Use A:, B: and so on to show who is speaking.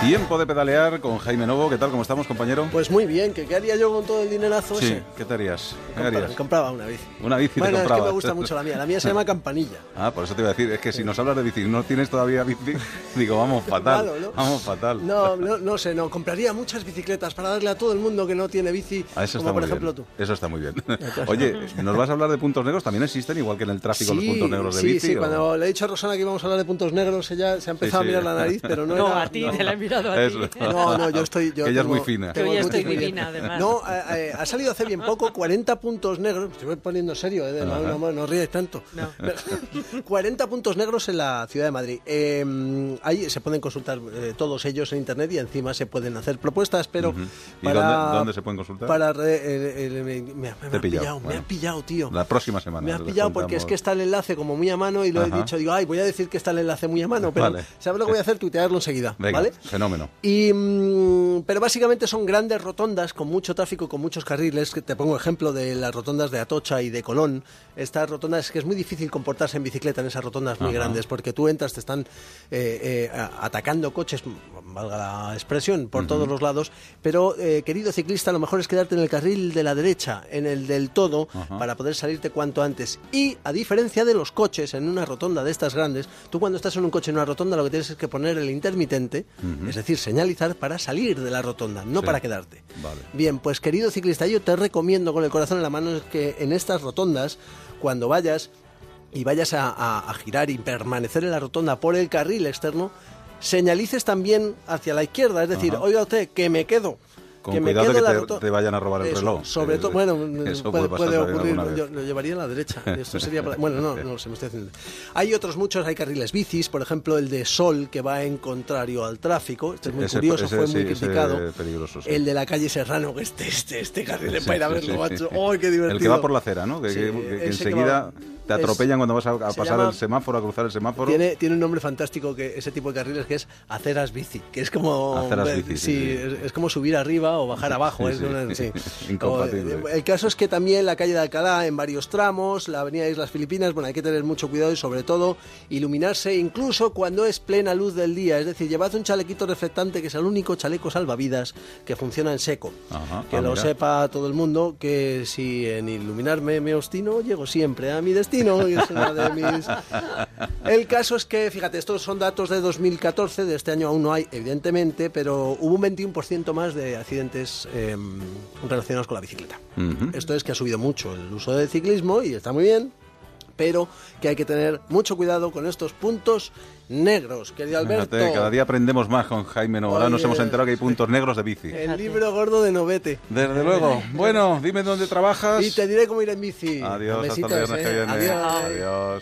A: Tiempo de pedalear con Jaime Novo. ¿Qué tal? ¿Cómo estamos, compañero?
B: Pues muy bien, que qué haría yo con todo el dinerazo
A: Sí,
B: ese.
A: ¿qué te harías? ¿Qué
B: Compra-
A: harías?
B: compraba una bici.
A: Una bici te
B: bueno, es que
A: comprabas.
B: me gusta mucho la mía. La mía se llama Campanilla.
A: Ah, por eso te iba a decir, es que si nos hablas de bici y no tienes todavía bici, digo, vamos fatal,
B: Malo, ¿no?
A: vamos fatal.
B: No, no, no sé, no. Compraría muchas bicicletas para darle a todo el mundo que no tiene bici,
A: Ah, eso
B: como
A: está
B: por
A: muy
B: ejemplo
A: bien.
B: tú.
A: Eso está muy bien. Oye, ¿nos vas a hablar de puntos negros? ¿También existen, igual que en el tráfico, los puntos negros de
B: sí,
A: bici?
B: sí,
A: o-
B: cuando le he dicho a Rosana que íbamos a hablar de puntos negros, ella se ha empezado
A: sí.
B: a mirar la nariz, pero no,
C: No,
B: era-
C: a ti, te la he mirado a ti.
A: Eso.
B: No, no, yo estoy. Yo
A: Que ella es
B: tengo-
A: muy fina.
B: tengo
C: Yo ya
B: el cutis
C: estoy
B: muy bien.
C: divina, además.
B: No, eh, eh, ha salido hace bien poco 40 puntos negros. Me estoy poniendo serio, eh, de la- no, no, no ríes tanto.
C: No.
B: 40 puntos negros en la ciudad de Madrid. Eh, ahí se pueden consultar eh, todos ellos en internet y encima se pueden hacer propuestas, pero.
A: ¿Y dónde- dónde se pueden consultar?
B: Para. re- el- el- me- me,
A: Te he pillado,
B: ha pillado, me
A: bueno.
B: ha pillado, tío.
A: La próxima semana.
B: Me has
A: les
B: pillado porque es
A: contamos.
B: que este está el enlace como muy a mano y lo
A: Ajá.
B: he dicho, digo, ay, voy a decir que está el enlace muy a mano, pero
A: Vale.
B: ¿sabes lo que voy a hacer? Tuitearlo enseguida,
A: Venga,
B: ¿vale?
A: fenómeno.
B: Y, mm, pero básicamente son grandes rotondas con mucho tráfico, con muchos carriles. que Te pongo ejemplo de las rotondas de Atocha y de Colón. Estas rotondas que es muy difícil comportarse en bicicleta en esas rotondas muy
A: Ajá.
B: grandes porque tú entras, te están eh, eh, a- atacando coches, m- valga la expresión, por todos los lados. Pero, eh, querido ciclista, lo mejor es quedarte en el carril de la derecha, en el del todo, para poder salirte cuanto antes. Y a diferencia de los coches en una rotonda de estas grandes, tú cuando estás en un coche en una rotonda lo que tienes es que poner el intermitente, es decir, señalizar para salir de la rotonda, no
A: Sí.
B: para quedarte.
A: Vale.
B: Bien, pues querido ciclista, yo te recomiendo con el corazón en la mano que en estas rotondas, cuando vayas y vayas a, a- a girar y permanecer en la rotonda por el carril externo, señalices también hacia la izquierda, es decir,
A: Ajá.
B: oiga usted, que me quedo.
A: Con
B: que me
A: cuidado
B: quedo
A: que
B: en la
A: te-
B: rotonda".
A: te vayan a robar el
B: Eso,
A: reloj.
B: Sobre
A: Eh,
B: todo, bueno,
A: eso puede
B: puede,
A: pasar
B: puede
A: también
B: ocurrir.
A: alguna
B: Yo-
A: vez.
B: lo llevaría a la derecha. Esto sería para- Bueno, no, no, se me está haciendo. Hay otros muchos, hay carriles bicis, por ejemplo, el de Sol, que va en contrario al tráfico. Este es muy
A: Ese-
B: curioso,
A: ese
B: fue
A: sí,
B: muy
A: ese
B: criticado.
A: peligroso, sí.
B: El de la calle Serrano, que este, este, este carril es
A: Sí,
B: para ir a
A: sí,
B: verlo,
A: sí,
B: macho.
A: sí.
B: ¡Oh, qué divertido!
A: El que va por la acera, ¿no? Que,
B: Sí,
A: que- que
B: ese que
A: enseguida
B: va-
A: te
B: es-
A: atropellan cuando vas a, a
B: se
A: pasar
B: llama-
A: el semáforo, a cruzar el semáforo.
B: Tiene, tiene un nombre fantástico que ese tipo de carriles que es aceras bici, que es como
A: Aceras bici,
B: eh,
A: sí,
B: sí,
A: sí.
B: Es, es como subir arriba o bajar abajo,
A: Sí,
B: es
A: sí.
B: una- sí.
A: Incompatible.
B: O, eh, el caso es que también la calle de Alcalá en varios tramos, la avenida de Islas Filipinas, bueno, hay que tener mucho cuidado y sobre todo iluminarse incluso cuando es plena luz del día, es decir, llevad un chalequito reflectante que es el único chaleco salvavidas que funciona en seco.
A: Ajá,
B: que
A: ah,
B: lo
A: mira.
B: sepa todo el mundo que si en iluminarme me obstino, llego siempre a mi destino. y es una de mis- el caso es que, fíjate, estos son datos de 2014, de este año aún no hay, evidentemente, pero hubo un 21% más de accidentes eh, relacionados con la bicicleta.
A: Ujú.
B: Esto es que ha subido mucho el uso del ciclismo y está muy bien, pero que hay que tener mucho cuidado con estos puntos negros, querido Alberto.
A: Fíjate, cada día aprendemos más con Jaime Novo. Ahora nos
B: Oye. Eh,
A: hemos enterado que hay puntos negros de bici.
B: El libro gordo de Novete.
A: Desde luego. Bueno, dime dónde trabajas.
B: Y eh, te diré cómo ir en bici.
A: Adiós, hasta el
B: Besitos,
A: viernes que
B: eh.
A: viene.
B: Adiós.
A: Adiós.